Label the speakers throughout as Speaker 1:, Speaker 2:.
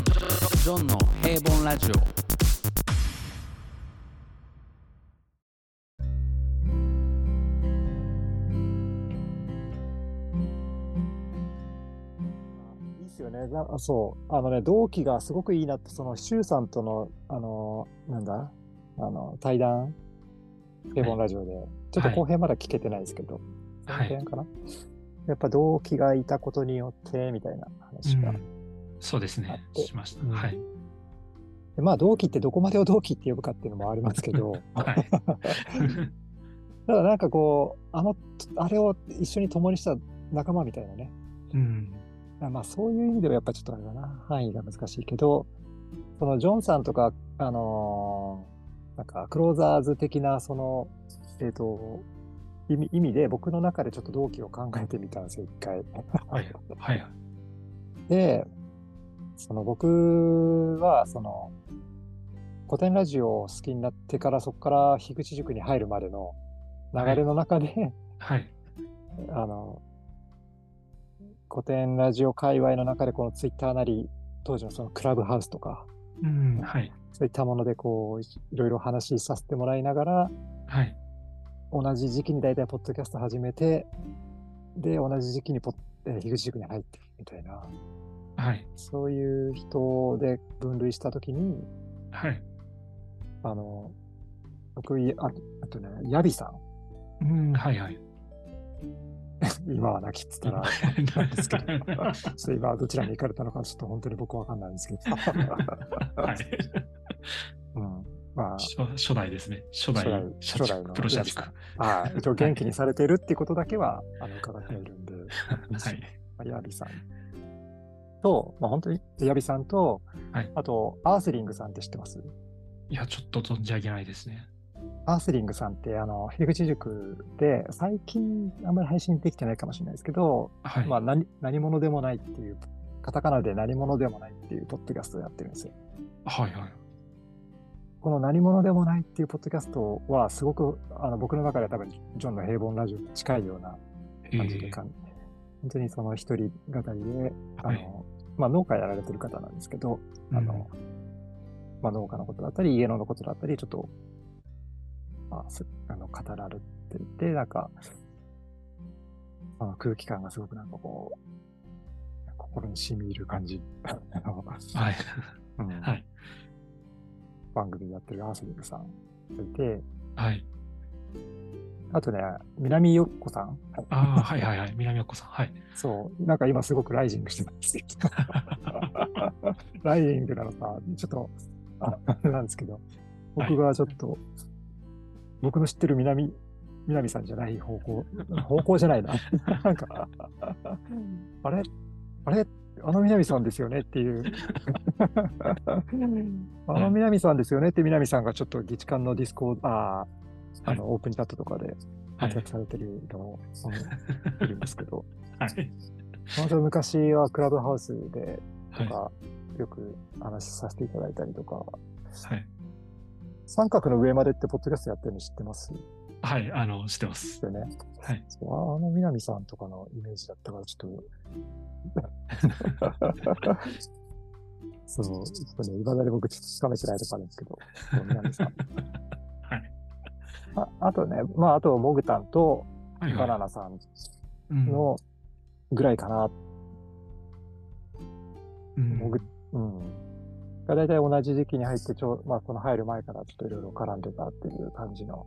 Speaker 1: ジョンの平凡ラジオ
Speaker 2: いいっすよね。なそう。あのね、同期がすごくいいなって、その、周さんとの、あの、なんだ、あの、対談、平凡ラジオで、ちょっと後編まだ聞けてないですけど、
Speaker 3: は
Speaker 2: 前
Speaker 3: い、
Speaker 2: 編かな、やっぱ同期がいたことによって、みたいな話が。
Speaker 3: うんそうですね
Speaker 2: あと
Speaker 3: しました、
Speaker 2: うん
Speaker 3: はい
Speaker 2: でまあ、同期ってどこまでを同期って呼ぶかっていうのもあります けど、
Speaker 3: はい
Speaker 2: ただなんかこう、あの、あれを一緒に共にした仲間みたいなね、
Speaker 3: うん
Speaker 2: あまあそういう意味ではやっぱちょっとあれだな、範囲が難しいけど、そのジョンさんとか、あのーなんかクローザーズ的な、その、えっ、と、意味意味で僕の中でちょっと同期を考えてみたんですよ、一回。
Speaker 3: はいはいはい
Speaker 2: で、その僕は、その、古典ラジオを好きになってから、そこから樋口塾に入るまでの流れの中で、
Speaker 3: はい
Speaker 2: あの、古典ラジオ界隈の中でこのツイッターなり、当時のそのクラブハウスとか、
Speaker 3: うんはい
Speaker 2: そういったものでこう、いいろいろ話しさせてもらいながら、
Speaker 3: はい
Speaker 2: 同じ時期に大体ポッドキャスト始めて、で、同じ時期にポッ、えー、樋口塾に入って、みたいな、
Speaker 3: はい
Speaker 2: そういう人で分類したときに、
Speaker 3: はい
Speaker 2: あの、僕、いああとね、ヤビさん、
Speaker 3: うんはいはい
Speaker 2: 今は亡きっつっ たら、なんですけどちょっと今どちらに行かれたのか、ちょっと本当に僕わかんないんですけど。
Speaker 3: はい
Speaker 2: うん、まあ、
Speaker 3: 初初代ですね初代
Speaker 2: 初代初代の
Speaker 3: プロ社畜は
Speaker 2: はい、一応元気にされてるってことだけは、あの、伺っているんで、
Speaker 3: い
Speaker 2: まあヤビさんと、まあ本当に、ヤビさんと、
Speaker 3: はい
Speaker 2: あと、アースリングさんって知ってます
Speaker 3: いやちょっと存じ上げないですね
Speaker 2: アースリングさんって、あの、入り口塾で、最近あんまり配信できてないかもしれないですけど、
Speaker 3: はい、
Speaker 2: まあ何、何者でもないっていう、カタカナで何者でもないっていうポッドキャストをやってるんですよ。
Speaker 3: はいはい
Speaker 2: この何者でもないっていうポッドキャストは、すごく、あの、僕の中では多分、ジョンの平凡ラジオに近いような
Speaker 3: え
Speaker 2: 感じで
Speaker 3: ー
Speaker 2: かん本当にその一人語りで、あ
Speaker 3: はい
Speaker 2: の、まあ、農家やられてる方なんですけど、あの、まあ、農家のことだったり、家のことだったり、ちょっと、まあ、すあの語られていて、なんか、あの空気感がすごくなんかこう、心に染み入る感じ。 あの
Speaker 3: はい
Speaker 2: うん
Speaker 3: はい
Speaker 2: 番組やってるアースリングさんがいて、
Speaker 3: はい
Speaker 2: あとね、南よっこさん。
Speaker 3: ああはいはいはい南岡さんはい
Speaker 2: そう、なんか今すごくライジングして ます。ライジングなのか、ちょっと、ああれなんですけど、
Speaker 3: はい
Speaker 2: 僕がちょっと、僕の知ってる南、南さんじゃない方向、方向じゃな いな。なんか、あれあれあの南さんですよねっていう。あの南さんですよねって南さんがちょっと議事館のディスコあーあの、オープンチャットとかで
Speaker 3: はい
Speaker 2: 活躍されてるのを、うんいるんですけど、
Speaker 3: はい
Speaker 2: 本当昔はクラブハウスで
Speaker 3: は
Speaker 2: と
Speaker 3: い
Speaker 2: か、よく話しさせていただいたりとか、
Speaker 3: はい
Speaker 2: 三角の上までってポッドキャストやってるの知ってますよ
Speaker 3: はいあの知ってます
Speaker 2: ね。
Speaker 3: はい
Speaker 2: そうああの南さんとかのイメージだったから、ちょっと。 そう、ちょっとね、いまだに僕、ちょっとつかめてないとこあるんですけど、そう南さん。
Speaker 3: はい
Speaker 2: ああとね、まあ、あと、モグタンと
Speaker 3: はい
Speaker 2: バナ
Speaker 3: は
Speaker 2: ナさん
Speaker 3: いうん
Speaker 2: のぐらいかな。
Speaker 3: うん
Speaker 2: モグうん。が大体同じ時期に入って、ちょう、まあ、この入る前からちょっといろいろ絡んでたっていう感じの。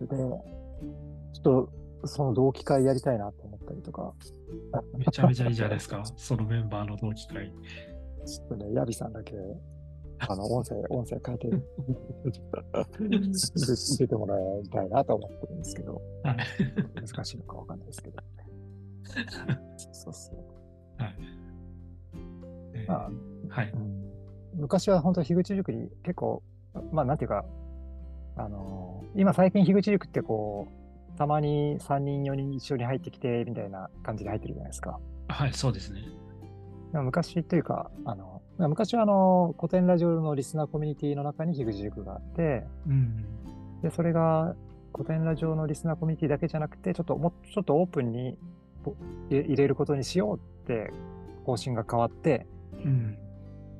Speaker 2: で、ちょっと、その同期会やりたいなと思ったりとか、
Speaker 3: めちゃめちゃいいじゃないですか、 そのメンバーの同期会。
Speaker 2: ちょっとね、ヤビさんだけ、あの、 音声、音声変えて、出出てもらいたいなと思ってるんですけど、
Speaker 3: はい
Speaker 2: 難しいのかわかんないで すけど。そうそう。
Speaker 3: えー
Speaker 2: まあ
Speaker 3: はい。
Speaker 2: うん、昔は本当、樋口塾に結構、まあ、なんていうか、あのー今最近樋口塾ってこう、たまに3人、4人一緒に入ってきて、みたいな感じで入ってるじゃないですか。
Speaker 3: はい、そうですね。
Speaker 2: でも昔というか、あの、昔はあの、古典ラジオのリスナーコミュニティの中に樋口塾があって、
Speaker 3: うん。
Speaker 2: で、それが古典ラジオのリスナーコミュニティだけじゃなくて、ちょっともうちょっとオープンにぼ入れ入れることにしようって方針が変わって、
Speaker 3: うん。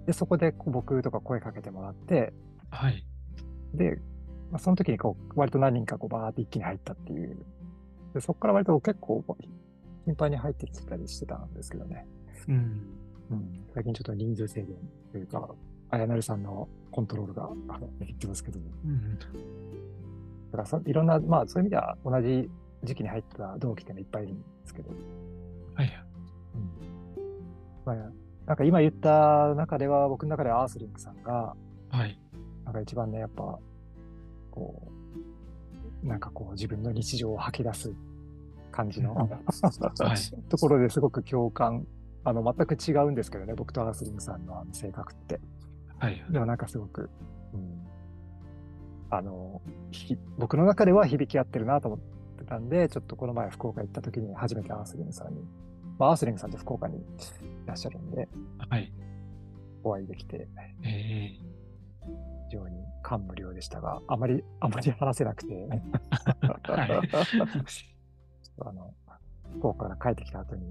Speaker 2: で、そこでこう僕とか声かけてもらって、
Speaker 3: はい。
Speaker 2: で、まあ、その時にこう、割と何人かこうバーって一気に入ったっていう。で、そこから割と結構頻繁に入ってきたりしてたんですけどね。
Speaker 3: うん。
Speaker 2: うん、最近ちょっと人数制限というか、綾成さんのコントロールがあの減ってますけども。
Speaker 3: うん。
Speaker 2: だからそいろんな、まあそういう意味では同じ時期に入った同期っていうのはいっぱいいるんですけど、
Speaker 3: はい。
Speaker 2: まあ、なんか今言った中では、僕の中ではアースリンクさんが、
Speaker 3: はい。
Speaker 2: なんか一番ね、やっぱ、こう、なんかこう自分の日常を吐き出す感じの、
Speaker 3: はい
Speaker 2: ところですごく共感、あの、全く違うんですけどね、僕とアースリンクさんのあの性格って。
Speaker 3: はい。
Speaker 2: でもなんかすごく、うん、あのひ僕の中では響き合ってるなと思ってたんで、ちょっとこの前福岡行った時に初めてアースリングさんに、まあ、アースリングさんって福岡にいらっしゃるんで、
Speaker 3: はい。
Speaker 2: お会いできて、
Speaker 3: ええ
Speaker 2: 非常に感無量でしたが、あまり、あまり話せなくて、
Speaker 3: はい
Speaker 2: あの福岡から帰ってきた後に、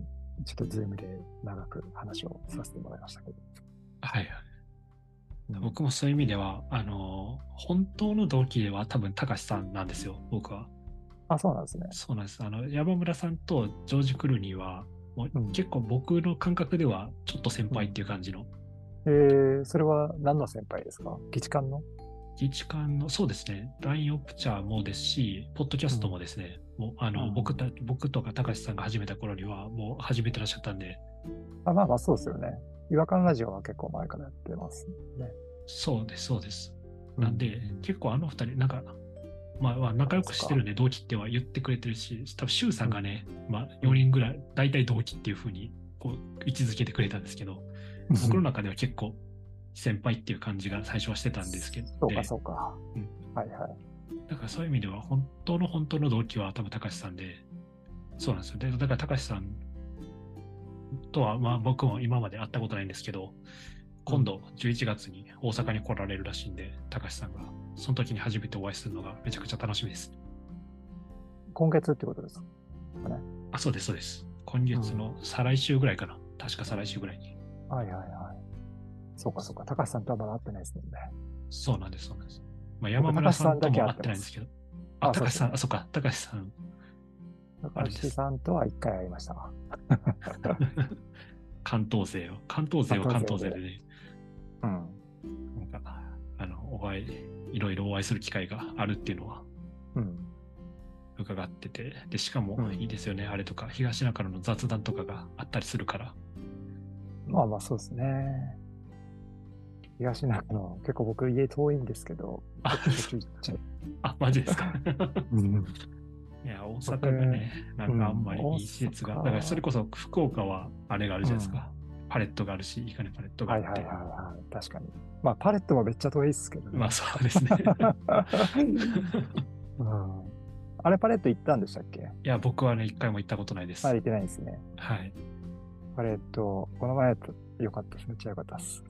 Speaker 2: ちょっとズームで長く話をさせてもらいましたけど。
Speaker 3: はい。僕もそういう意味では、あの、本当の同期では多分、たかしさんなんですよ、僕は。
Speaker 2: あ、そうなんですね。
Speaker 3: そうなんです。あの、山村さんとジョージ・クルーニーは、もう
Speaker 2: うん
Speaker 3: 結構僕の感覚では、ちょっと先輩っていう感じの、
Speaker 2: えー、それは何の先輩ですか議事官の
Speaker 3: 自治官の、そうですね、LINE オプチャーもですし、ポッドキャストもですね、もうあの、
Speaker 2: うん
Speaker 3: 僕た僕とか高橋さんが始めた頃には、もう始めてらっしゃったんで、
Speaker 2: あまあまあそうですよね。違和感ラジオは結構前からやってます。
Speaker 3: そうです、そうです。なんで、結構あの二人、なんか、まあ、まあ、仲良くしてるんで、同期っては言ってくれてるし、多分、周さんがね、まあ、4人ぐらい、大体同期っていうふうに、こう、位置づけてくれたんですけど、僕の中では結構、先輩っていう感じが最初はしてたんですけど、
Speaker 2: そう
Speaker 3: で
Speaker 2: かそうか。
Speaker 3: うん
Speaker 2: はいはい。
Speaker 3: だからそういう意味では、本当の本当の動機は多分高橋さんで、そうなんですよ。で、だから高橋さんとは、まあ僕も今まで会ったことないんですけど、今度11月に大阪に来られるらしいんで、高橋さんが、その時に初めてお会いするのがめちゃくちゃ楽しみです。
Speaker 2: 今月ってことですか
Speaker 3: あ、そうです、そうです。今月の再来週ぐらいかな。確か再来週ぐらいに。
Speaker 2: はいはいはい。そうかそうか。高橋さんとはまだ会ってないですもんね。
Speaker 3: そうなんです、そうなんです。まあ山村さんとも会ってないんですけど。あ、
Speaker 2: 高橋さ
Speaker 3: 高橋さ
Speaker 2: んだけ会ってます
Speaker 3: ん、あ、そっか、高橋さん。 あ
Speaker 2: 高
Speaker 3: れです
Speaker 2: 橋さんとは一回会いました。
Speaker 3: 関東勢を、関東勢は関東勢でね。
Speaker 2: うん。
Speaker 3: なんか、あの、お会い、いろいろお会いする機会があるっていうのは
Speaker 2: うん。
Speaker 3: 伺ってて、で、しかも
Speaker 2: うん
Speaker 3: いいですよね、あれとか、東中野の雑談とかがあったりするから、
Speaker 2: まあまあそうですね。東中野、結構僕家遠いんですけど、
Speaker 3: あ
Speaker 2: 結構行っち ゃう。
Speaker 3: あ、マジです か。
Speaker 2: うん
Speaker 3: いや、大阪がね、なんかあんまりいい施設が、
Speaker 2: うん大阪
Speaker 3: だからそれこそ福岡はあれがあるじゃないですか。パレットがあるし、いかにパレットがあ
Speaker 2: はい
Speaker 3: っ
Speaker 2: は
Speaker 3: て。
Speaker 2: いはいはい。確かに。まあパレットもめっちゃ遠いですけどね。
Speaker 3: まあそうです ね。
Speaker 2: うんあれパレット行ったんでしたっけ
Speaker 3: いや、僕はね、一回も行ったことないです。
Speaker 2: あ、行ってないですね。
Speaker 3: はい。
Speaker 2: パレット、この前だと良かったです。めっちゃ良かったです。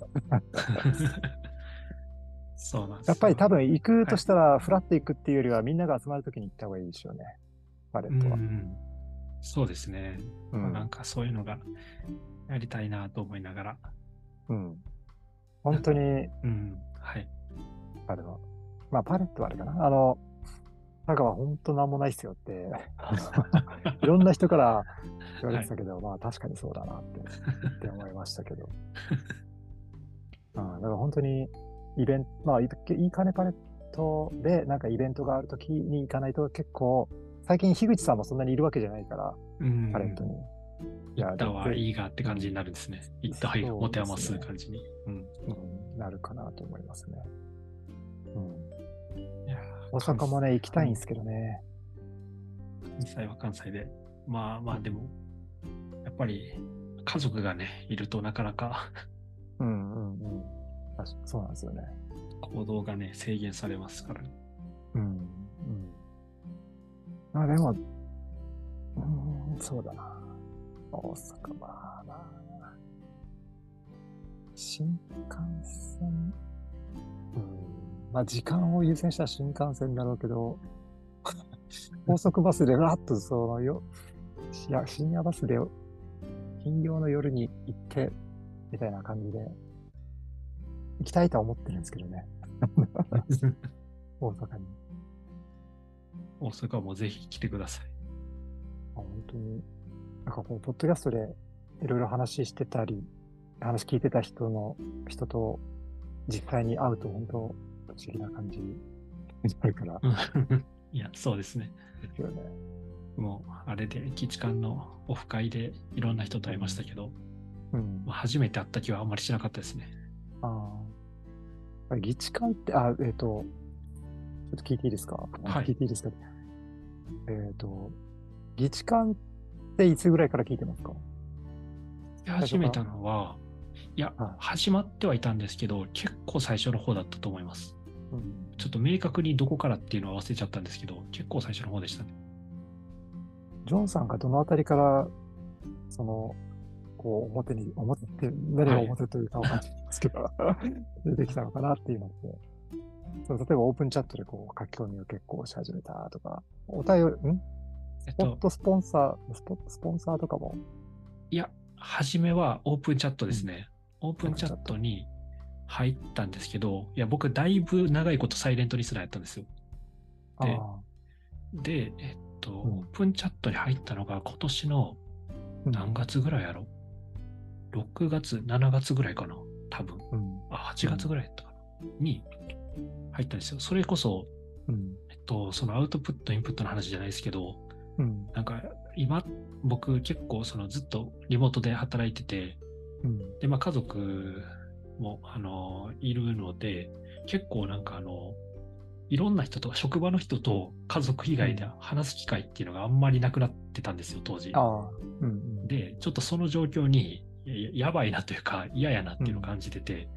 Speaker 3: そうなんですよ
Speaker 2: やっぱり多分行くとしたら、フラッと行くっていうよりは、みんなが集まるときに行った方がいいでしょうね。パレ
Speaker 3: う
Speaker 2: ットは。
Speaker 3: ん、そうですね。
Speaker 2: うん
Speaker 3: なんかそういうのがやりたいなと思いながら、
Speaker 2: うん本当に、
Speaker 3: うん、はい。
Speaker 2: あの、まあパレットはあれかな。あの、なんかは本当なんもないっすよって、 いろんな人から言われてたけど、まあ確かにそうだなってって思いましたけど。 うん、だから本当にイベント、まあいいいかねパレットでなんかイベントがあるときに行かないと結構、最近樋口さんもそんなにいるわけじゃないから、
Speaker 3: うん、
Speaker 2: パレットに。い
Speaker 3: 行った
Speaker 2: 全
Speaker 3: は
Speaker 2: 然
Speaker 3: いいがって感じになるんですね。行ったはいいが持て余す感じに。うん。
Speaker 2: うんなるかなと思いますね。うん、
Speaker 3: いや
Speaker 2: 大阪もね、行きたいんですけどね。
Speaker 3: 関西は関西で。まあまあでも、やっぱり家族がね、いるとなかなか
Speaker 2: うんうんうん。確かそうなんですよね。
Speaker 3: 行動がね、制限されますから。
Speaker 2: うん。うん。あ、でも、うん、そうだな。大阪、まあな。新幹線。うん。まあ、時間を優先した新幹線だろうけど、 高速バスでわーっとそのよ、しや深夜バスで、金曜の夜に行って、みたいな感じで、行きたいとは思ってるんですけどね、大阪に。
Speaker 3: 大阪はもうぜひ来てください。
Speaker 2: あ本当に、なんかこう、ポッドキャストでいろいろ話してたり、話聞いてた人の、人と実際に会うと本当不思議な感じになるから、
Speaker 3: いや、そうですね。
Speaker 2: ですよね。
Speaker 3: もう、あれで、基地館のオフ会でいろんな人と会いましたけど、
Speaker 2: うん。
Speaker 3: まあ初めて会った気はあんまりしなかったですね。
Speaker 2: ああ。議事館って、あ、えっ、と、ちょっと聞いていいですか
Speaker 3: はい
Speaker 2: 聞いていいですかえっ、と、議事館っていつぐらいから聞いてますか
Speaker 3: で始めたのは、いや
Speaker 2: はい、
Speaker 3: 始まってはいたんですけど、結構最初の方だったと思います。
Speaker 2: うん。
Speaker 3: ちょっと明確にどこからっていうのは忘れちゃったんですけど、結構最初の方でしたね。
Speaker 2: ジョンさんがどのあたりから、その、こう、表に、表って、誰が表というかわかんないですけど、 出てきたのかなっていうのって、その例えばオープンチャットでこう、書き込みを結構し始めたとか、お便り、ん
Speaker 3: えっ
Speaker 2: スポッ
Speaker 3: と、
Speaker 2: トスポンサー、スポットスポンサーとかも、
Speaker 3: いや、初めはオープンチャットですね。オープンチャットに入ったんですけど、いや、僕、だいぶ長いことサイレントリスナーやったんですよ。
Speaker 2: あ
Speaker 3: で
Speaker 2: あ
Speaker 3: で、えっと、
Speaker 2: うん
Speaker 3: オープンチャットに入ったのが今年の
Speaker 2: うん
Speaker 3: 何月ぐらいやろ ?6 月、7月ぐらいかな多分。
Speaker 2: うん。
Speaker 3: あ、8月ぐらいやったかな、に入ったんですよ。それこそ、
Speaker 2: うん。
Speaker 3: えっと、そのアウトプット、インプットの話じゃないですけど、
Speaker 2: うん。
Speaker 3: なんか今、僕結構そのずっとリモートで働いてて、
Speaker 2: うん。
Speaker 3: で、まあ家族も、あの、いるので、結構なんかあの、いろんな人と、職場の人と家族以外で話す機会っていうのがあんまりなくなってたんですよ、当時
Speaker 2: あ。あ。うんうん。
Speaker 3: で、ちょっとその状況に、やややばいなというか、嫌やなっていうのを感じてて、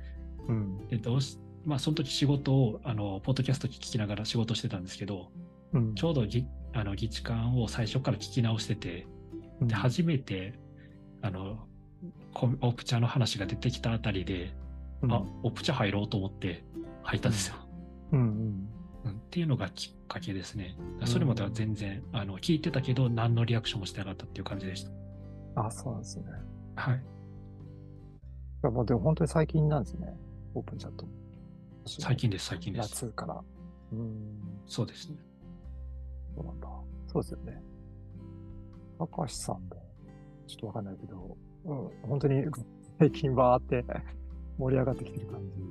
Speaker 2: うん。
Speaker 3: で、どうし、まあその時仕事を、あの、ポッドキャスト聞きながら仕事してたんですけど、
Speaker 2: うん。
Speaker 3: ちょうどぎあの、議事官を最初から聞き直してて、で初めてあのコオプチャの話が出てきたあたりで、
Speaker 2: うん
Speaker 3: あオプチャ入ろうと思って入ったんですよ、
Speaker 2: うん
Speaker 3: うんっていうのがきっかけですねそれまでは全然、あの聞いてたけど何のリアクションもしてなかったっていう感じでした
Speaker 2: うん。あ、そうなんですね。
Speaker 3: はい
Speaker 2: いやもうでも本当に最近なんですね。オープンチャット。
Speaker 3: 最近です最近です
Speaker 2: 夏から。うーん。
Speaker 3: そうですね
Speaker 2: そうなんだ。そうですよね。高橋さんも、ちょっとわかんないけど、うん。本当に最近バーって盛り上がってきてる感じですね。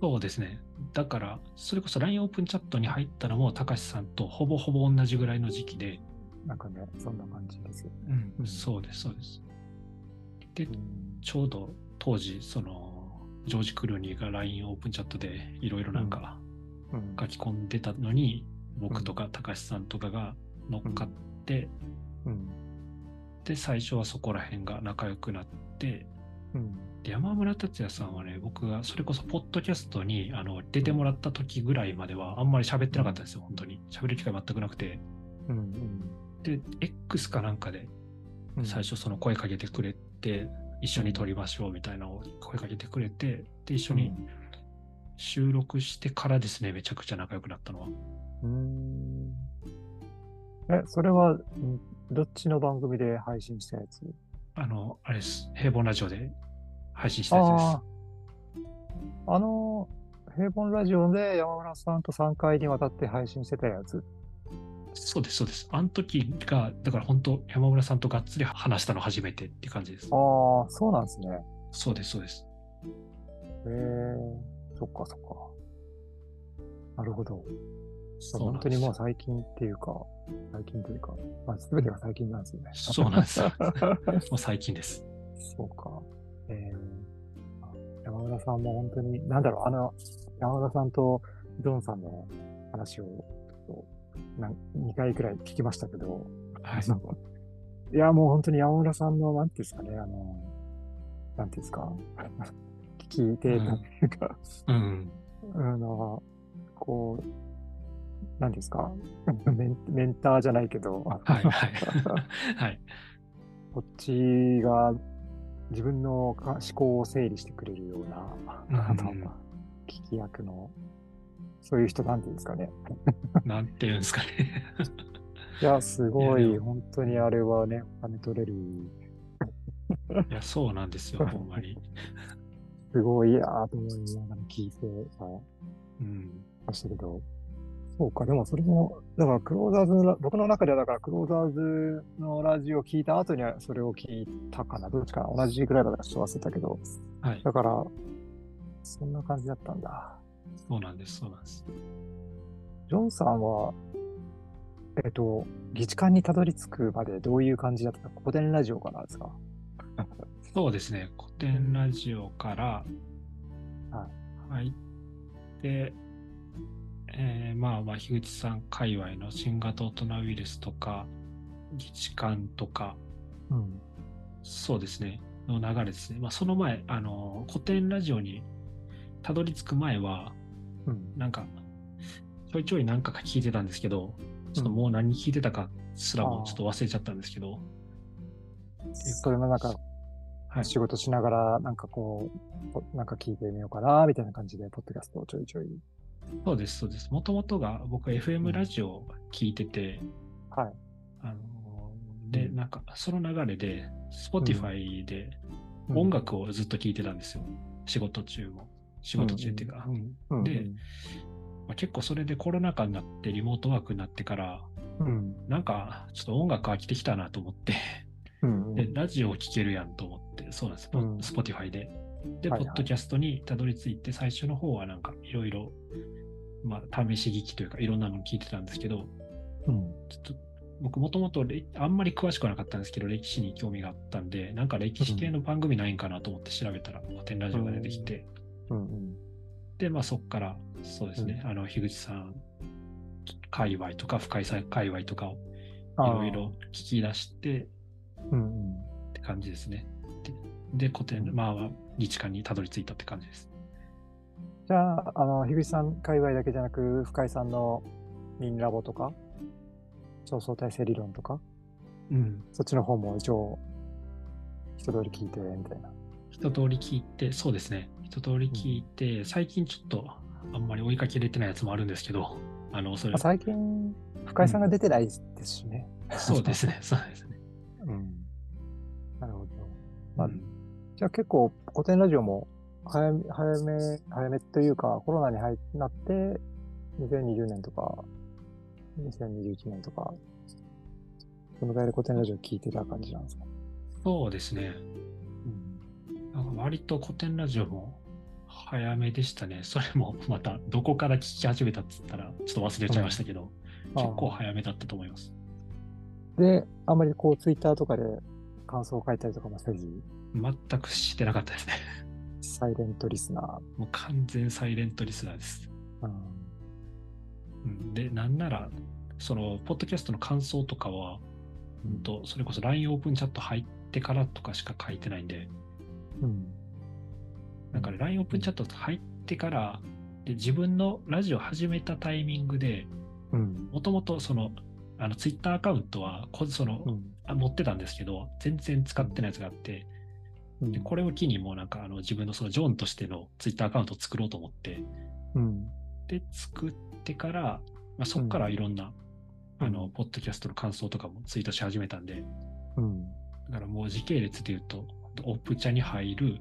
Speaker 3: そうですねだからそれこそ LINE オープンチャットに入ったのもたかしさんとほぼほぼ同じぐらいの時期で、
Speaker 2: なんかね、そんな感じですよね。うん
Speaker 3: そうですそうですで
Speaker 2: うん
Speaker 3: ちょうど当時、その、ジョージ・クルーニーが LINE オープンチャットでいろいろなんか
Speaker 2: うん
Speaker 3: 書き込んでたのに、僕とか高橋さんとかが乗っかって、
Speaker 2: うん。
Speaker 3: で、最初はそこら辺が仲良くなって、
Speaker 2: うん。
Speaker 3: で山村達也さんはね、僕がそれこそポッドキャストにあの出てもらった時ぐらいまではあんまり喋ってなかったんですよ、本当に。喋る機会全くなくて。
Speaker 2: うん。うん
Speaker 3: で、X かなんかで
Speaker 2: うん。
Speaker 3: 最初その声かけてくれて、一緒に撮りましょうみたいなのを声かけてくれて、で、一緒に収録してからですね、めちゃくちゃ仲良くなったのは。
Speaker 2: うーん。え、それは、んどっちの番組で配信したやつ
Speaker 3: あの、あれです。平凡ラジオで配信したやつです。
Speaker 2: あーあの、平凡ラジオで山村さんと3回にわたって配信してたやつ。
Speaker 3: そうです、そうです。あの時が、だから本当、山村さんとがっつり話したの初めてって感じです
Speaker 2: あ。あ、そうなんですね。へ
Speaker 3: そうです、そうです。
Speaker 2: えそっかそっか。なるほど。
Speaker 3: そうな
Speaker 2: 本
Speaker 3: ん
Speaker 2: 当
Speaker 3: で
Speaker 2: に
Speaker 3: す
Speaker 2: も
Speaker 3: よ
Speaker 2: う。最近っていうか、最近というか、まあ、全てが最近なんですね。
Speaker 3: そうなんですよ。 もう最近です。
Speaker 2: そうか。えー、あ山村さんも本当に、なんだろう、あの、山村さんとジョンさんの話を、ちょっとなん2回くらい聞きましたけど、
Speaker 3: はい
Speaker 2: あ。のいや、もう本当に山村さんの、なんていうんですかね、あの、なんていうんですか、聞いて、なんていうか、
Speaker 3: うん。
Speaker 2: あの、こう、なんていうんですか、メンメンターじゃないけど、
Speaker 3: はい、は い。はい。
Speaker 2: こっちが自分のか思考を整理してくれるような、あの
Speaker 3: うん
Speaker 2: 聞き役の、そういう人なんていうんですかね。
Speaker 3: なんていうんですかね。
Speaker 2: いや、すご
Speaker 3: いや
Speaker 2: い、
Speaker 3: で
Speaker 2: 本当にあれはね、お金取れる。
Speaker 3: いや、そうなんですよ、ほんまに。
Speaker 2: すごい、ああ、と思いながら聞いては
Speaker 3: う
Speaker 2: い
Speaker 3: ん。
Speaker 2: ましたけど、そうか、でもそれも、だからクローザーズのラ、僕の中ではだからクローザーズのラジオを聞いた後にはそれを聞いたかな、どっちかな、同じぐらいだからちょっと忘れたけど、
Speaker 3: はい。
Speaker 2: だから、そんな感じだったんだ。
Speaker 3: そうなんです、そうなんです。
Speaker 2: ジョンさんは、えっと、議事館にたどり着くまでどういう感じだったか、古典ラジオからですか
Speaker 3: そうですね、古典ラジオから
Speaker 2: は
Speaker 3: 入って、えーまあまあ、樋口さん界隈の新型大人ウイルスとか、議事官とか、
Speaker 2: うん。
Speaker 3: そうですね、の流れですね。まあ、その前、あの、古典ラジオにたどり着く前は、
Speaker 2: うん。
Speaker 3: なんか、ちょいちょい何か聞いてたんですけど、ちょっともう何聞いてたかすらもちょっと忘れちゃったんですけど、
Speaker 2: それもなんか、
Speaker 3: はい
Speaker 2: 仕事しながら、なんかこう、ぽなんか聞いてみようかな、みたいな感じで、ポッドキャストをちょいちょい。
Speaker 3: そうです、そうです。もともとが僕は FM ラジオを聞いてて、
Speaker 2: はい。
Speaker 3: あのーで、
Speaker 2: うん
Speaker 3: なんか、その流れで、Spotify で音楽をずっと聴いてたんですよ。仕事中も。仕事中っていうか、うん
Speaker 2: うん、
Speaker 3: でまあ、結構それでコロナ禍になって、リモートワークになってから、
Speaker 2: うん。
Speaker 3: なんか、ちょっと音楽飽きてきたなと思って、
Speaker 2: うん。うん
Speaker 3: で、ラジオを聴けるやんと思って、そうなんです、ポ
Speaker 2: うん
Speaker 3: Spotify で。で、
Speaker 2: はい
Speaker 3: ポ
Speaker 2: は
Speaker 3: ッ
Speaker 2: い
Speaker 3: ドキャストにたどり着いて、最初の方はなんか、いろいろ、まあ、試し聞きというか、いろんなの聞いてたんですけど、
Speaker 2: うん。
Speaker 3: ちょっと僕もともとれあんまり詳しくはなかったんですけど、歴史に興味があったんで、なんか歴史系の番組ないんかなと思って調べたら、古典ラジオが出てきて、
Speaker 2: うん。うん
Speaker 3: で、まあそっから、そうですね、あの、樋口さん、界隈とか、深井さん界隈とかをいろい。ろ聞き出して
Speaker 2: あーうん。うん
Speaker 3: って感じですね。で、で古典、まあ、日間にたどり着いたって感じです。
Speaker 2: じゃあ、あの、樋口さん界隈だけじゃなく、深井さんのミンラボとか、超相対性理論とか、
Speaker 3: うん。
Speaker 2: そっちの方も一応、一通り聞いて、みたいな。
Speaker 3: 一通り聞いて、そうですね、一通り聞いて、最近ちょっと、あんまり追いかけれてないやつもあるんですけど、あの、それ
Speaker 2: あ、最近、深井さんが出てないですしね。
Speaker 3: そうですね、そうですね。
Speaker 2: うん。なるほど。まあ
Speaker 3: うん
Speaker 2: じゃあ結構、古典ラジオも早め、早め、早めというか、コロナに入なって、2020年とか、2021年とか、そのぐらいで古典ラジオ聞いてた感じなんですか。
Speaker 3: そうですね。
Speaker 2: うん。
Speaker 3: なんか割と古典ラジオも早めでしたね。それも またどこから聞き始めたっつったらちょっと忘れちゃいましたけど、結構
Speaker 2: あ
Speaker 3: 早めだったと思います。
Speaker 2: あで、あんまりこう、ツイッターとかで感想を書いたりとかもせず、
Speaker 3: 全くしてなかったですね。
Speaker 2: サイレントリスナー。
Speaker 3: もう完全サイレントリスナーです。
Speaker 2: うん。
Speaker 3: うんで、なんなら、その、ポッドキャストの感想とかは、うんと、それこそ LINE オープンチャット入ってからとかしか書いてないんで、
Speaker 2: うん。
Speaker 3: なんかね LINE オープンチャット入ってから、で自分のラジオ始めたタイミングで、
Speaker 2: うん。
Speaker 3: もともとその、あの、ツイッターアカウントは、こその
Speaker 2: う、
Speaker 3: あ持ってたんですけど、全然使ってないやつがあって、
Speaker 2: ん。
Speaker 3: で、これを機にもうなんか、あの、自分のそのジョンとしてのツイッターアカウントを作ろうと思って、
Speaker 2: うん。
Speaker 3: で、作ってから、まあ、そこからいろんな、あの、ポッドキャストの感想とかもツイートし始めたんで、
Speaker 2: うん。
Speaker 3: だからもう時系列で言うと、オープンチャに入る、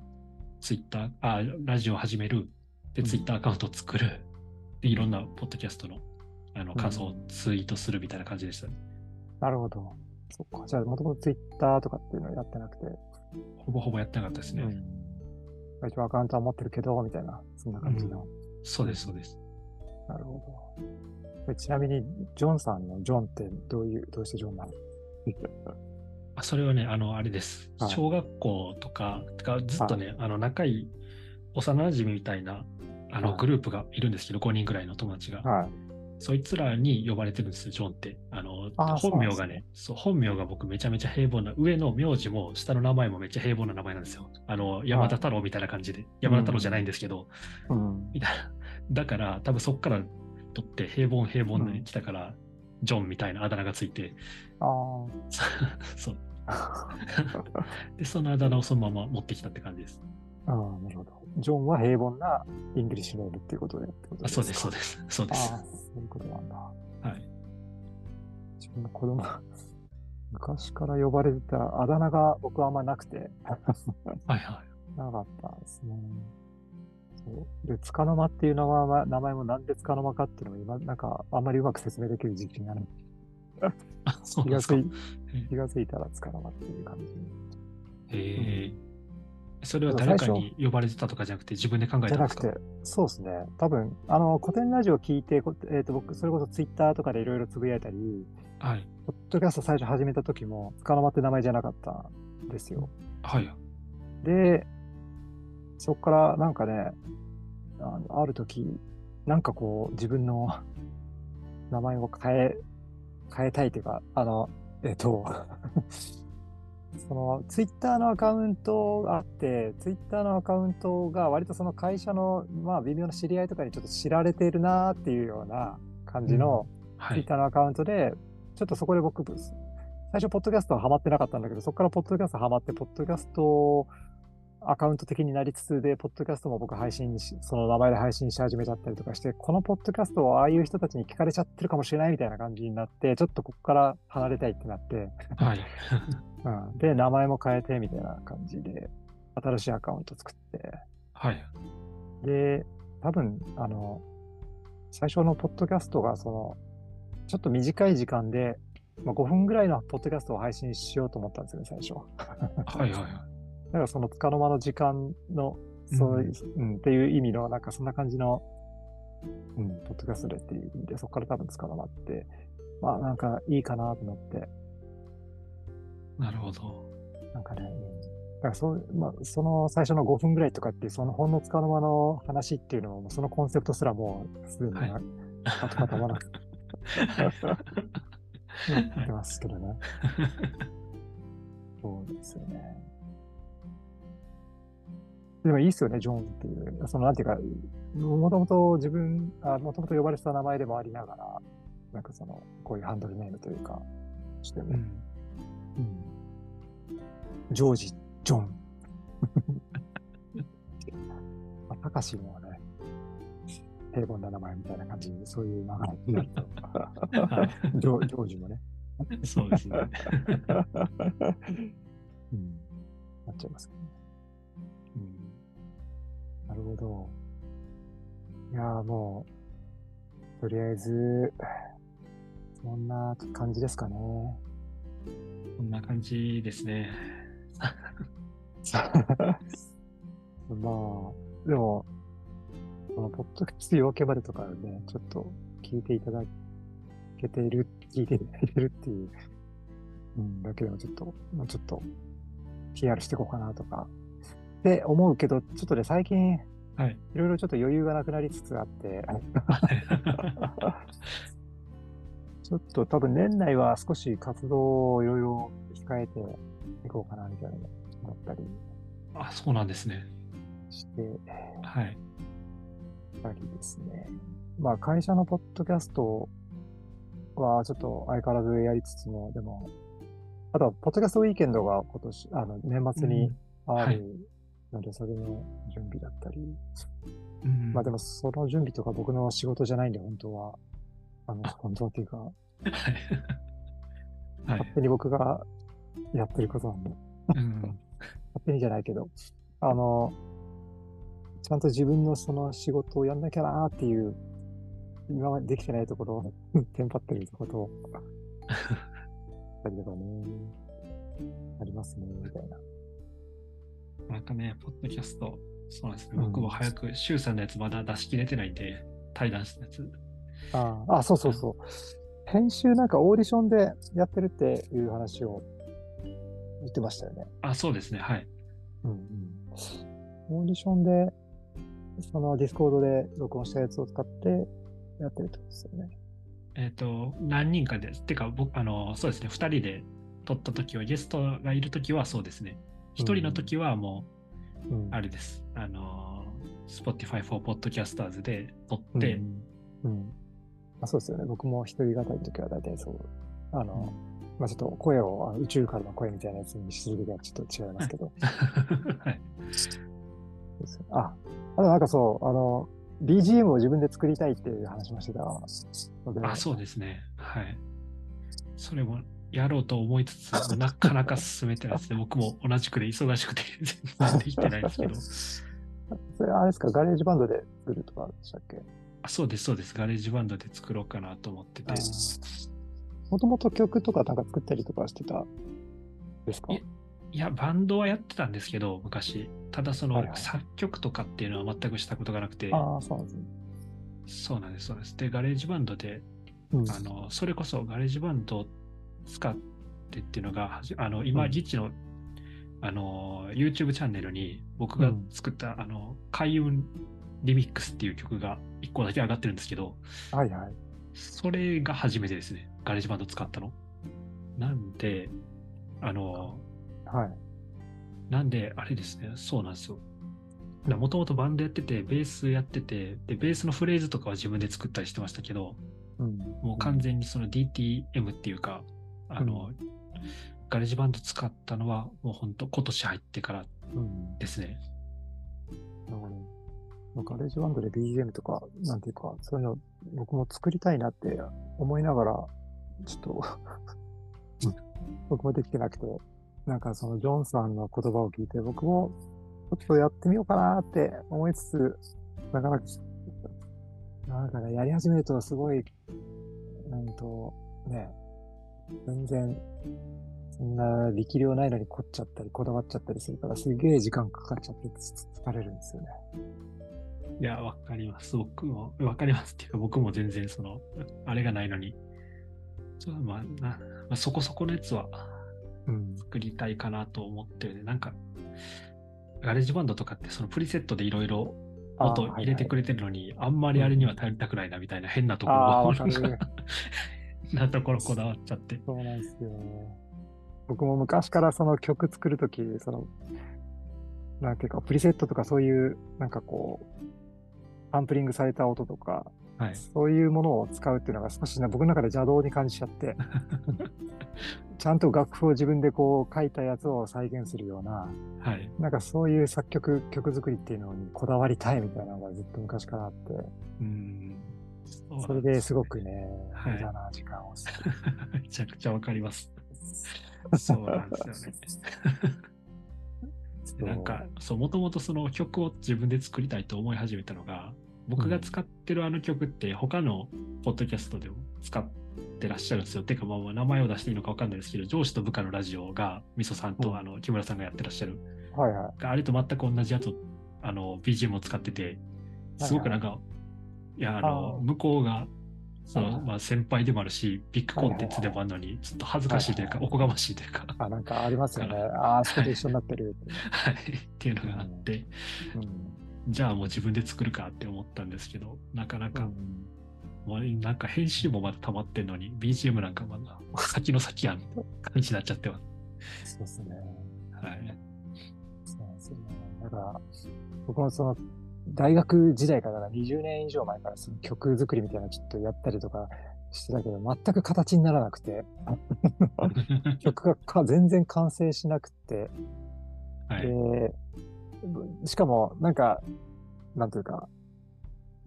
Speaker 3: ツイッター、あ、ラジオ始める、で、
Speaker 2: うん
Speaker 3: ツイッターアカウントを作る、で、いろんなポッドキャストの、あの、感想をツイートするみたいな感じでしたね。
Speaker 2: なるほど。そっか。じゃあ、もともとツイッターとかっていうのやってなくて、
Speaker 3: ほぼほぼやってなかったですね。
Speaker 2: うん。一応アカウントは持ってるけど、みたいな、そんな感じの。
Speaker 3: そうです、そうです。
Speaker 2: なるほど。えちなみに、ジョンさんのジョンってどういう、どうしてジョンなの
Speaker 3: あそれはね、あの、あれです。
Speaker 2: はい
Speaker 3: 小学校とか、てかずっとね、あの、仲いい、幼馴染みたいな、あの、
Speaker 2: はい
Speaker 3: グループがいるんですけど、5人ぐらいの友達が。
Speaker 2: はい。
Speaker 3: そいつらに呼ばれてるんですよ、ジョンって。あの、
Speaker 2: あー
Speaker 3: 本名が
Speaker 2: そうなんです
Speaker 3: ねそう、本名が僕めちゃめちゃ平凡な、上の名字も下の名前もめっちゃ平凡な名前なんですよ。あの、山田太郎みたいな感じで。山田太郎じゃないんですけど、
Speaker 2: うん。
Speaker 3: みたいな。 だから、多分そっから取って、平凡平凡
Speaker 2: う
Speaker 3: に
Speaker 2: ん
Speaker 3: 来たから、ジョンみたいなあだ名がついて、
Speaker 2: あ
Speaker 3: そう。
Speaker 2: あ。
Speaker 3: で、そのあだ名をそのまま持ってきたって感じです。
Speaker 2: ああ、なるほど。ジョンは平凡なイングリッシュネームっていうことで。ってこと
Speaker 3: あそうです、そう
Speaker 2: で
Speaker 3: です。そう
Speaker 2: か
Speaker 3: です。
Speaker 2: ああ、そういうことなんだ。
Speaker 3: はい。
Speaker 2: 自分の子供、 昔から呼ばれてたあだ名が僕はあんまなくて、
Speaker 3: はいはい。
Speaker 2: なかったんですね。そうで、つかの間っていう名前は名前もなんでつかの間かっていうのも今、なんかあんまりうまく説明できる時期になる。
Speaker 3: あ、 そう
Speaker 2: 気
Speaker 3: なん
Speaker 2: が
Speaker 3: です
Speaker 2: つ
Speaker 3: か。
Speaker 2: い気がついたらつかの間っていう感じ。
Speaker 3: えー、それは誰かに呼ばれてたとかじゃなくて、自分で考え
Speaker 2: じ
Speaker 3: た
Speaker 2: ゃ
Speaker 3: んで
Speaker 2: な
Speaker 3: す
Speaker 2: く
Speaker 3: か
Speaker 2: て。、そうですね。多分、あの、古典ラジオ聞いて、こえっ、と、僕、それこそツイッターとかでいろいろつぶやいたり、
Speaker 3: はい。
Speaker 2: ポッドキャスト最初始めた時も、つかの間って名前じゃなかったんですよ。
Speaker 3: はい。
Speaker 2: で、そこからなんかね、あのある時、なんかこう、自分の 名前を変え、変えたいというか、あの、えっと、 その、ツイッターのアカウントがあって、ツイッターのアカウントが割とその会社の、まあ、微妙な知り合いとかにちょっと知られているなっていうような感じの、
Speaker 3: は
Speaker 2: ツイッ
Speaker 3: い。
Speaker 2: ターのアカウントで、ちょっとそこで僕、最初、ポッドキャストはハマってなかったんだけど、そこからポッドキャストハマって、ポッドキャストアカウント的になりつつで、ポッドキャストも僕配信し、その名前で配信し始めちゃったりとかして、このポッドキャストをああいう人たちに聞かれちゃってるかもしれないみたいな感じになって、ちょっとここから離れたいってなって、
Speaker 3: はい。
Speaker 2: うん、で、名前も変えてみたいな感じで、新しいアカウント作って、
Speaker 3: はい。
Speaker 2: で、多分、あの、最初のポッドキャストが、その、ちょっと短い時間で、まあ、5分ぐらいのポッドキャストを配信しようと思ったんですよね、最初。
Speaker 3: はい。はい。
Speaker 2: だからそのつかの間の時間の、そういう、うんっていう意味の、なんかそんな感じの、うん、ポッドキャストでっていう意味で、そこから多分つかの間って、まあなんかいいかなと思って、
Speaker 3: なるほど。
Speaker 2: なんかね、うんだからそう、まあ、その最初の5分ぐらいとかっていう、そのほんのつかの間の話っていうのも、そのコンセプトすらもうすでにな、
Speaker 3: はい
Speaker 2: まとまたま なくなってますけど ね。そうですよね。でもいいっすよね、ジョンっていう。その、なんていうか、もともと自分、あもともと呼ばれてた名前でもありながら、なんかその、こういうハンドルネームというか、しても、
Speaker 3: うん
Speaker 2: ジョージ、ジョン。 まあ、たかしもね、平凡な名前みたいな感じに、そういう名前になったのかジョジョージもね、
Speaker 3: そうですね。
Speaker 2: うん、なっちゃいますけどね。うん、なるほど。いやーもう、とりあえず、そんな感じですかね。
Speaker 3: こんな感じですね。
Speaker 2: まあ、でも、このポッドキャスト夜明けまでとかね、ちょっと聞いていただけている、聞いていただいてるっていう、うん、だけでもちょっと、もうちょっと PR していこうかなとか、って思うけど、ちょっとね、最近、
Speaker 3: はい。
Speaker 2: いろいろちょっと余裕がなくなりつつあって、ちょっと多分年内は少し活動をいろいろ控えていこうかなみたいなの思ったり
Speaker 3: あ、そうなんですね。
Speaker 2: して、
Speaker 3: はい。
Speaker 2: たりですね。まあ会社のポッドキャストはちょっと相変わらずやりつつも、でも、あとはポッドキャストウィーケンドが今年、あの年末にあるので、それの準備だったり、
Speaker 3: うん
Speaker 2: まあでもその準備とか僕の仕事じゃないんで、本当は、あの、本当はっていうか、
Speaker 3: はいは
Speaker 2: 勝
Speaker 3: い。
Speaker 2: 手に僕がやってることなんで、
Speaker 3: うん
Speaker 2: 勝手にじゃないけど、あの、ちゃんと自分のその仕事をやんなきゃなーっていう、今までできてないところ、 テンパってることを、だけどね、ありますね、みたいな。
Speaker 3: なんかね、ポッドキャスト、そうなんですね。
Speaker 2: うん
Speaker 3: 僕も早く、シュウさんのやつまだ出し切れてないんで、対談したやつ。
Speaker 2: あーあ、そうそうそう。編集なんかオーディションでやってるっていう話を言ってましたよね。
Speaker 3: あ、そうですね。はい。
Speaker 2: うんうん、オーディションで、そのディスコードで録音したやつを使ってやってるってことですよね。
Speaker 3: えっ、と、何人かで、てか、僕、あの、そうですね、2人で撮った時は、ゲストがいる時はそうですね。1人の時はも
Speaker 2: う
Speaker 3: う、
Speaker 2: ん
Speaker 3: あれです。あの、Spotify for Podcasters で撮って、
Speaker 2: うんうんあ、そうですよね。僕も一人語りの時は大体そう。あの、まあちょっと声をあ宇宙からの声みたいなやつにする時はちょっと違いますけど。
Speaker 3: はい。
Speaker 2: そうですよあ、あとなんかそう、あの、BGM を自分で作りたいっていう話もしてたので。
Speaker 3: あ、そうですね。はい。それも、やろうと思いつつ、なかなか進めてないですね。僕も同じくで忙しくて全然できてないんですけど。
Speaker 2: それあれですか、ガレージバンドで作るとかでしたっけ
Speaker 3: あそうです、そうです。ガレージバンドで作ろうかなと思ってて。
Speaker 2: もともと曲とかなんか作ったりとかしてたですか
Speaker 3: いいや、バンドはやってたんですけど、昔。ただ、その、
Speaker 2: はいはい
Speaker 3: 作曲とかっていうのは全くしたことがなくて、
Speaker 2: ああ、そうなんですね。
Speaker 3: そうなんです、そうなんです。で、ガレージバンドで、
Speaker 2: うん
Speaker 3: あの、それこそガレージバンドを使ってっていうのが、はじあの、今、
Speaker 2: うん
Speaker 3: リッチの、あの、YouTube チャンネルに、僕が作った、あの、開運リミックスっていう曲が1個だけ上がってるんですけど、
Speaker 2: はいはい。
Speaker 3: それが初めてですね。ガレージバンド使ったの。なんで、あの、
Speaker 2: はい。
Speaker 3: なんで、あれですね、そうなんですよ。もともとバンドやってて、ベースやってて、で、ベースのフレーズとかは自分で作ったりしてましたけど、
Speaker 2: うん、
Speaker 3: もう完全にその DTM っていうか、あの、ガレージバンド使ったのは、もう本当今年入ってから
Speaker 2: うん
Speaker 3: ですね。
Speaker 2: なるほど。ガレージバンドで BGM とか、なんていうか、そういうの、僕も作りたいなって思いながら、ちょっとうん、僕もできてなくて、なんかそのジョンさんの言葉を聞いて、僕もちょっとやってみようかなって思いつつ、なかなか、なんかね、やり始めるとすごい、うんと、ね、全然、そんな力量ないのに凝っちゃったり、こだわっちゃったりするから、すげえ時間かかっちゃって、疲れるんですよね。
Speaker 3: いや、わかります。僕も、わかりますっていうか、僕も全然その、あれがないのに、ちょっとまあ、なまあ、そこそこのやつは
Speaker 2: うん。
Speaker 3: 作りたいかなと思ってるね。なんか、ガレージバンドとかって、そのプリセットでいろいろ音入れてく
Speaker 2: れ
Speaker 3: れてるのに、あんまりあれには頼りたくないなみたいな変なところ
Speaker 2: あーわ か
Speaker 3: なんか
Speaker 2: る。
Speaker 3: 変なところこだわっちゃって。
Speaker 2: そうなんですよね。 僕も昔からその曲作るとき、その、なんていうか、プリセットとかそういう、なんかこう、サンプリングされた音とか、
Speaker 3: はい。
Speaker 2: そういうものを使うっていうのが少しね、僕の中で邪道に感じちゃ って、ちゃんと楽譜を自分でこう書いたやつを再現するような、
Speaker 3: はい。
Speaker 2: なんかそういう作曲、曲作りっていうのにこだわりたいみたいなのがずっと昔からあって、
Speaker 3: うん。うなん
Speaker 2: それですごくね、
Speaker 3: はい
Speaker 2: 無駄な時間を過ご
Speaker 3: すね。 めちゃくちゃわかります。そうなんですよね。
Speaker 2: す
Speaker 3: でなんか、そう、もともとその曲を自分で作りたいと思い始めたのが、僕が使ってるあの曲って、他のポッドキャストでも使ってらっしゃるんですよ。てか、まあまあ、名前を出していいのか分かんないですけど、上司と部下のラジオが、みそさん
Speaker 2: うん
Speaker 3: とあの木村さんがやってらっしゃる。
Speaker 2: はいはい。
Speaker 3: あれと全く同じやつを、あの、BGM を使ってて、すごくなんか、いや、あの
Speaker 2: あ、ー
Speaker 3: 向こうが、そ
Speaker 2: はい
Speaker 3: の、
Speaker 2: はい
Speaker 3: まあ、先輩でもあるし、ビッグコンテンツでもあるのに、ちょっと恥ずかしいというか、おこがましいというか、
Speaker 2: あ、なんかありますよね
Speaker 3: だ。
Speaker 2: ああ、そこで一緒になってる。
Speaker 3: はい、っていうのがあって、
Speaker 2: うん
Speaker 3: じゃあもう自分で作るかって思ったんですけど、なかなか、もうなんか編集もまだ溜まってんのに、BGM なんかまだ先の先やん感じになっちゃってます。
Speaker 2: そうですね。
Speaker 3: はい。
Speaker 2: そうなんですよね。だから、僕もその、大学時代からだから20年以上前からその曲作りみたいなのちょっとやったりとかしてたけど、全く形にならなくて、曲がか全然完成しなくて、
Speaker 3: はい。
Speaker 2: で、しかも、なんか、なんていうか、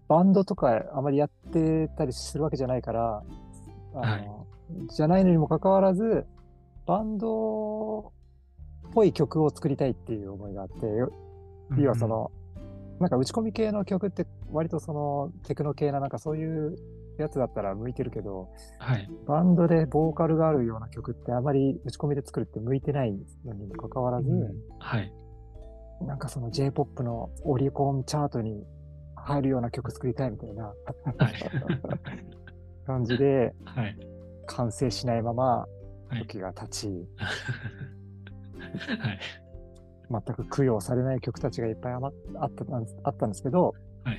Speaker 2: バンドとかあまりやってたりするわけじゃないから、あのじゃないのにもかかわらず、バンドっぽい曲を作りたいっていう思いがあって、よ要はその、なんか打ち込み系の曲って割とそのテクノ系ななんかそういうやつだったら向いてるけど、
Speaker 3: うん、はい。
Speaker 2: バンドでボーカルがあるような曲ってあまり打ち込みで作るって向いてないのにもかかわらず、
Speaker 3: はい。
Speaker 2: なんかその J-POP のオリコンチャートに入るような曲作りたいみたいな
Speaker 3: はい。
Speaker 2: 感じで
Speaker 3: はい。
Speaker 2: 完成しないまま
Speaker 3: はい
Speaker 2: 時が経ち、
Speaker 3: はい。
Speaker 2: 全く供養されない曲たちがいっぱいあまあったなんあったんですけど、
Speaker 3: はい。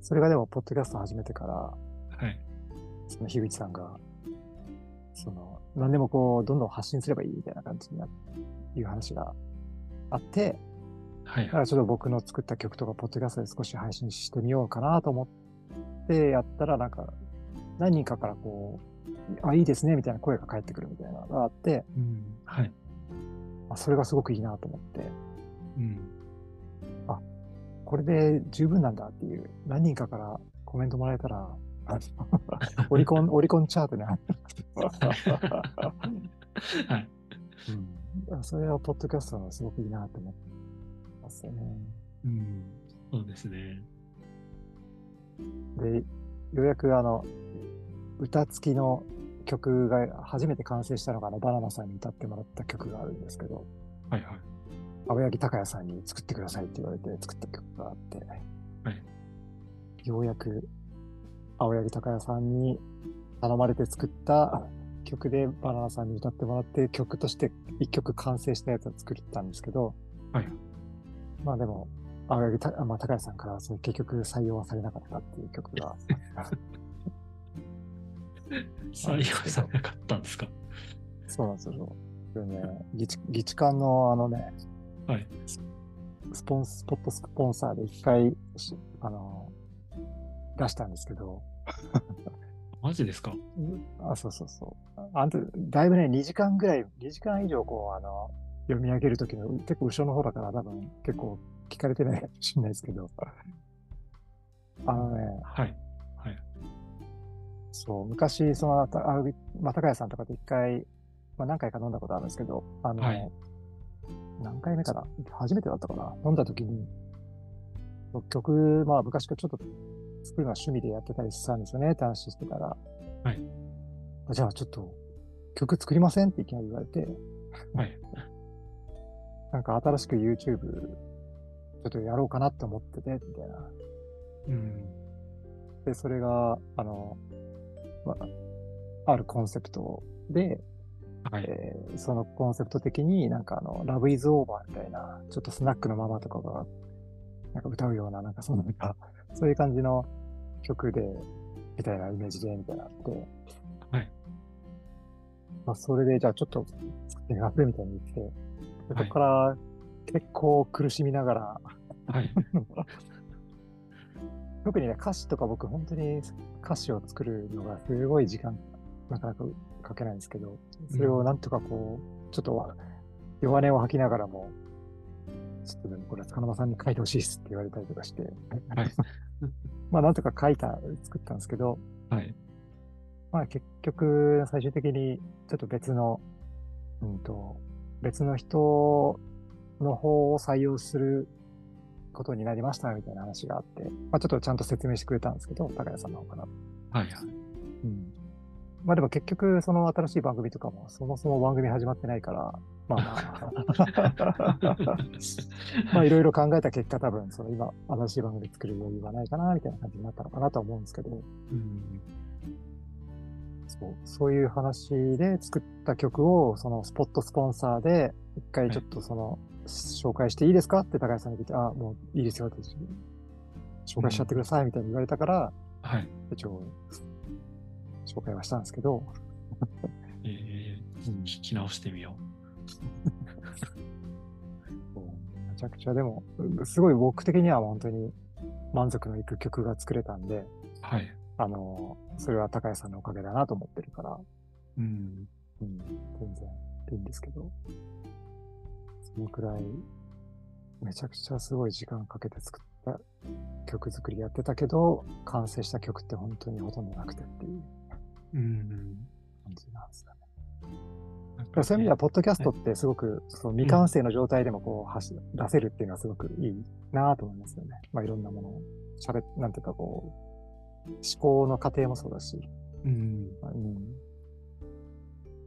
Speaker 2: それがでもポッドキャスト始めてから、
Speaker 3: はい。
Speaker 2: その樋口さんが、その何でもこうどんどん発信すればいいみたいな感じにないう話があって、
Speaker 3: はい
Speaker 2: だか。らちょっと僕の作った曲とか、ポッドキャストで少し配信してみようかなと思ってやったら、なんか、何人かからこう、あ、いいですね、みたいな声が返ってくるみたいなのがあって、
Speaker 3: うんはい。
Speaker 2: あそれがすごくいいなと思って、
Speaker 3: うん。
Speaker 2: これで十分なんだっていう、何人かからコメントもらえたら、 あのオリコン、オリコンチャートに入ってま
Speaker 3: はい。
Speaker 2: すうん。 それは、ポッドキャストのすごくいいなと思ってますよね。
Speaker 3: うん。そうですね。
Speaker 2: で、ようやく、あの、歌付きの曲が初めて完成したのが、あの、バナナさんに歌ってもらった曲があるんですけど、
Speaker 3: はいはい。
Speaker 2: 青柳高也さんに作ってくださいって言われて作った曲があって、
Speaker 3: はい
Speaker 2: ようやく青柳高也さんに頼まれて作った曲でバナナさんに歌ってもらって曲として一曲完成したやつを作ったんですけど、
Speaker 3: はい
Speaker 2: まあでも青柳た、まあ、高也さんからはその結局採用はされなかったっていう曲が
Speaker 3: 採用されなかったんですか。
Speaker 2: そうなんですよ。でね、議事議事官のあのね、
Speaker 3: はい
Speaker 2: ススポンス、ポットスポンサーで一回し、あの、出したんですけど、
Speaker 3: マジですか。
Speaker 2: あ、そうそうそう。ああの時だいぶね、2時間ぐらい、2時間以上こう、あの、読み上げるときの、結構後ろの方だから多分結構聞かれてないかもしれないですけど、あのね、
Speaker 3: はい。
Speaker 2: そう、昔、その、たあまあ、高谷さんとかと一回、まあ、何回か飲んだことあるんですけど、あの、
Speaker 3: はい
Speaker 2: 何回目かな初めてだったかな飲んだ時に、曲、まあ、昔からちょっと作るのは趣味でやってたりしたんですよねって話してたら、
Speaker 3: はい
Speaker 2: あ。じゃあ、ちょっと、曲作りませんっていきなり言われて、
Speaker 3: はい。
Speaker 2: なんか新しく YouTube、ちょっとやろうかなって思ってて、みたいな。
Speaker 3: うん。
Speaker 2: で、それが、あの、まあ、あるコンセプトで、
Speaker 3: はい。
Speaker 2: えーそのコンセプト的になんかあの、ラブイズオーバーみたいな、ちょっとスナックのママとかが、なんか歌うような、なんかそのなんか、 そういう感じの曲で、みたいなイメージで、みたいなのあって。
Speaker 3: はい。
Speaker 2: まあ、それで、じゃあちょっと作ってみますみたいに言って、で
Speaker 3: はい
Speaker 2: そこから結構苦しみながら、
Speaker 3: はい。
Speaker 2: 特にね、歌詞とか僕本当に歌詞を作るのがすごい時間なかなかかけないんですけど、それをなんとかこう、ちょっとわ弱音を吐きながらも、ちょっとでもこれは塚沼さんに書いてほしいですって言われたりとかして、
Speaker 3: はい。
Speaker 2: まあなんとか書いた、作ったんですけど、
Speaker 3: はい。
Speaker 2: まあ結局最終的にちょっと別の、うんと、別の人の方を採用することになりましたみたいな話があって、まあちょっとちゃんと説明してくれたんですけど、高谷さんの方かな。
Speaker 3: はい。
Speaker 2: うんまあでも結局、その新しい番組とかも、そもそも番組始まってないから、まあま あ、まあいろいろ考えた結果、多分、その今、新しい番組作る余裕はないかな、みたいな感じになったのかなとは思うんですけど、
Speaker 3: うん。
Speaker 2: そうそういう話で作った曲を、そのスポットスポンサーで、一回ちょっとその、紹介していいですかって高橋さんに聞いて、あ、もういいですよって、紹介しちゃってください、みたいに言われたから、
Speaker 3: はい。
Speaker 2: 一応、紹介はしたんですけど、
Speaker 3: えー、聞き直してみよ
Speaker 2: めちゃくちゃでも、すごい僕的には本当に満足のいく曲が作れたんで、
Speaker 3: う。はい。
Speaker 2: あの、それは高谷さんのおかげだなと思ってるから、
Speaker 3: うん。
Speaker 2: うん、全然いいんですけど、そのくらい、めちゃくちゃすごい時間かけて作った曲作りやってたけど、完成した曲って本当にほとんどなくてっていう
Speaker 3: うん。
Speaker 2: 感じなんですよね。
Speaker 3: なん
Speaker 2: だか
Speaker 3: から
Speaker 2: そういう意味では、ポッドキャストってすごく、その未完成の状態でもこう、はし出せるっていうのはすごくいいなぁと思いますよね。まあいろんなものを、喋っ、なんていうかこう、思考の過程もそうだし、
Speaker 3: うん。
Speaker 2: うん、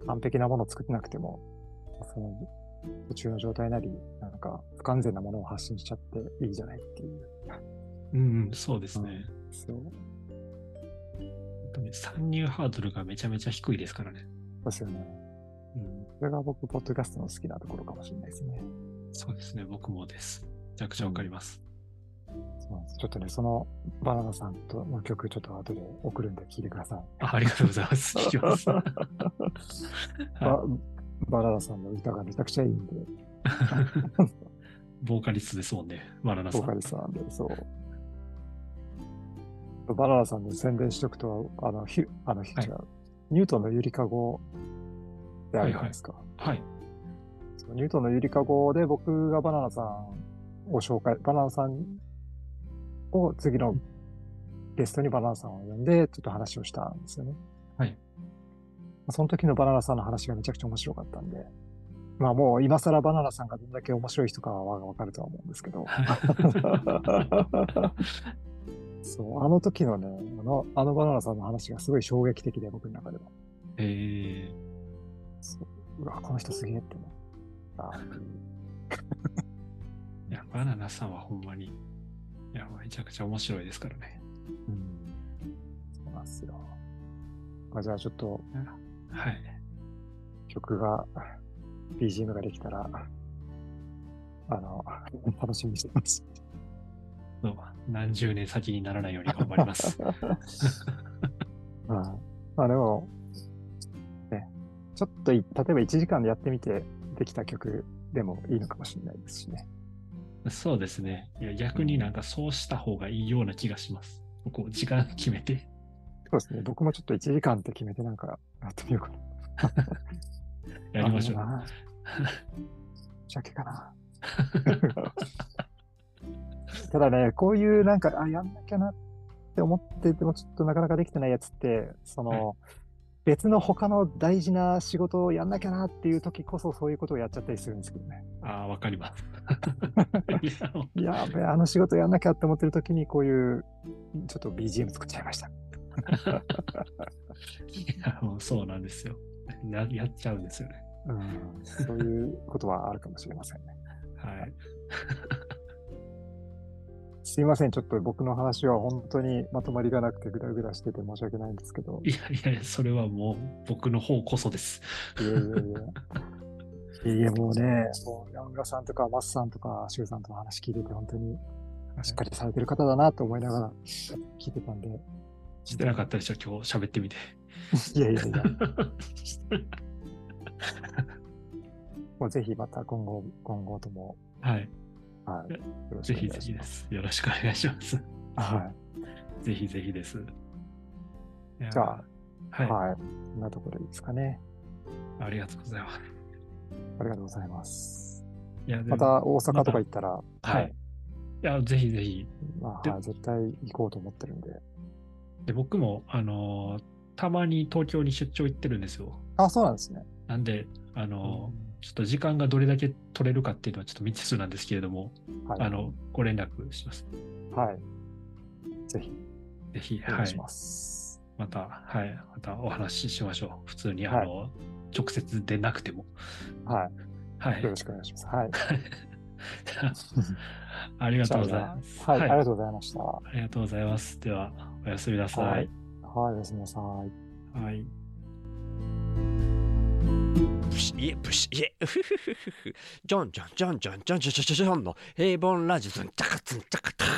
Speaker 2: 完璧なものを作ってなくても、その途中の状態なり、なんか不完全なものを発信しちゃっていいじゃないっていう。
Speaker 3: うん、そうですね。
Speaker 2: そう
Speaker 3: 本当に参入ハードルがめちゃめちゃ低いですからね。
Speaker 2: ですよね。
Speaker 3: うん、
Speaker 2: それが僕、ポッドキャストの好きなところかもしれないですね。
Speaker 3: そうですね、僕もです。めちゃくちゃわかります。
Speaker 2: そうなんですちょっとね、そのバナナさんとの曲、ちょっと後で送るんで聴いてください。
Speaker 3: あありがとうござい ます。聞きます。は
Speaker 2: ばバナナさんの歌がめちゃくちゃいいんで、
Speaker 3: いボーカリストですもんね、マラナさ
Speaker 2: ボ
Speaker 3: ん。
Speaker 2: ーカリストなんで、そう。バナナさんの宣伝しとくと、あの、ヒュ、あの、ヒュ
Speaker 3: はい
Speaker 2: 違うニュートンのゆりかごであるじゃないですか。
Speaker 3: はい。
Speaker 2: そうニュートンのゆりかごで僕がバナナさんを紹介、バナナさんを次のゲストにバナナさんを呼んで、ちょっと話をしたんですよね。
Speaker 3: はい。
Speaker 2: その時のバナナさんの話がめちゃくちゃ面白かったんで、まあもう今更バナナさんがどんだけ面白い人かはわかるとは思うんで すけど、そう、あの時のね、あのあのバナナさんの話がすごい衝撃的で、僕の中では。
Speaker 3: えー
Speaker 2: そううわ、この人すげえって思った。
Speaker 3: いや、バナナさんはほんまに、いや、めちゃくちゃ面白いですからね。
Speaker 2: うん。そうなんですよ。まあ、じゃあちょっと
Speaker 3: はい。
Speaker 2: 曲が、BGM ができたら、あの、 楽しみにしてます。
Speaker 3: どうも何十年先にならないように頑張ります。
Speaker 2: うんまあでも、ね、ちょっとい、例えば1時間でやってみてできた曲でもいいのかもしれないですしね。
Speaker 3: そうですね。いや、逆になんかそうした方がいいような気がします。こう、時間決め て。
Speaker 2: そうですね。僕もちょっと1時間って決めてなんかやってみようかな。
Speaker 3: やりま しょう
Speaker 2: あ。のな。じゃけかな。 ただね、こういうなんか、あ、やんなきゃなって思ってても、ちょっとなかなかできてないやつって、その、
Speaker 3: は
Speaker 2: 別の他の大事な仕事をやんなきゃなっていう時こそそういうことをやっちゃったりするんですけどね。
Speaker 3: ああ、わかり ます。いやも
Speaker 2: やべえ、あの仕事やんなきゃって思ってる時に、こういう、ちょっと BGM 作っちゃいました。
Speaker 3: ういやもうそうなんですよや。やっちゃうんですよね。
Speaker 2: うん、そういうことはあるかもしれませんね。
Speaker 3: はい。
Speaker 2: すいません、ちょっと僕の話は本当にまとまりがなくてぐだぐだしてて申し訳ないんですけど。
Speaker 3: いやいや、それはもう僕の方こそです。
Speaker 2: いやいやいや。いやもうね、もう山村さんとかマスさんとかシュウさんとの話聞いてて、本当にしっかりされてる方だなと思いながら聞いてたんで、
Speaker 3: してなかったでしょ、今日喋ってみて。
Speaker 2: いやいや いや、もうぜひまた今後、今後とも、
Speaker 3: はい。
Speaker 2: はい、よろ
Speaker 3: ぜ
Speaker 2: しくお願
Speaker 3: ひ
Speaker 2: いし
Speaker 3: ぜ
Speaker 2: ます。
Speaker 3: ひです。よろしくお願いします。
Speaker 2: は
Speaker 3: ぜひぜひです。いや
Speaker 2: じゃあ、い、
Speaker 3: はい、
Speaker 2: はい、そんなところでいいですかね。
Speaker 3: ありがとうございます。
Speaker 2: ありがとうございます。
Speaker 3: いや、でも
Speaker 2: ま、た大阪とか行ったら、
Speaker 3: はい。い、や、ぜひぜひ。
Speaker 2: まあ、
Speaker 3: で
Speaker 2: はい、絶対行こうと思ってるんで。
Speaker 3: で、僕も、あのーたまに東京に出張行ってるんですよ。
Speaker 2: あ、そうなんですね。
Speaker 3: なんで、あのーちょっと時間がどれだけ取れるかっていうのはちょっと未知数なんですけれども、
Speaker 2: はい、
Speaker 3: あの、ご連絡します。
Speaker 2: はい。ぜひ、
Speaker 3: ぜひ、
Speaker 2: お
Speaker 3: は
Speaker 2: 願いし
Speaker 3: い。
Speaker 2: ます。
Speaker 3: また、はい。またお話ししましょう。普通に、あのー直接でなくても。
Speaker 2: は、
Speaker 3: はいい
Speaker 2: よ。ろしくお願いします。はい。
Speaker 3: ありが
Speaker 2: じ
Speaker 3: と
Speaker 2: ゃ
Speaker 3: う
Speaker 2: あ
Speaker 3: ござい ます。
Speaker 2: はい、あり
Speaker 3: あ
Speaker 2: がとうございました。は
Speaker 3: りがとうございます。では、おやすみなさい。
Speaker 2: い、おやすみなさい。
Speaker 3: はい。
Speaker 4: プシエプシエウフフフフフジョンジョンジョンジョンジョンジョンジョンジョンジョンの平凡ラジオズンチャカツンチャカターン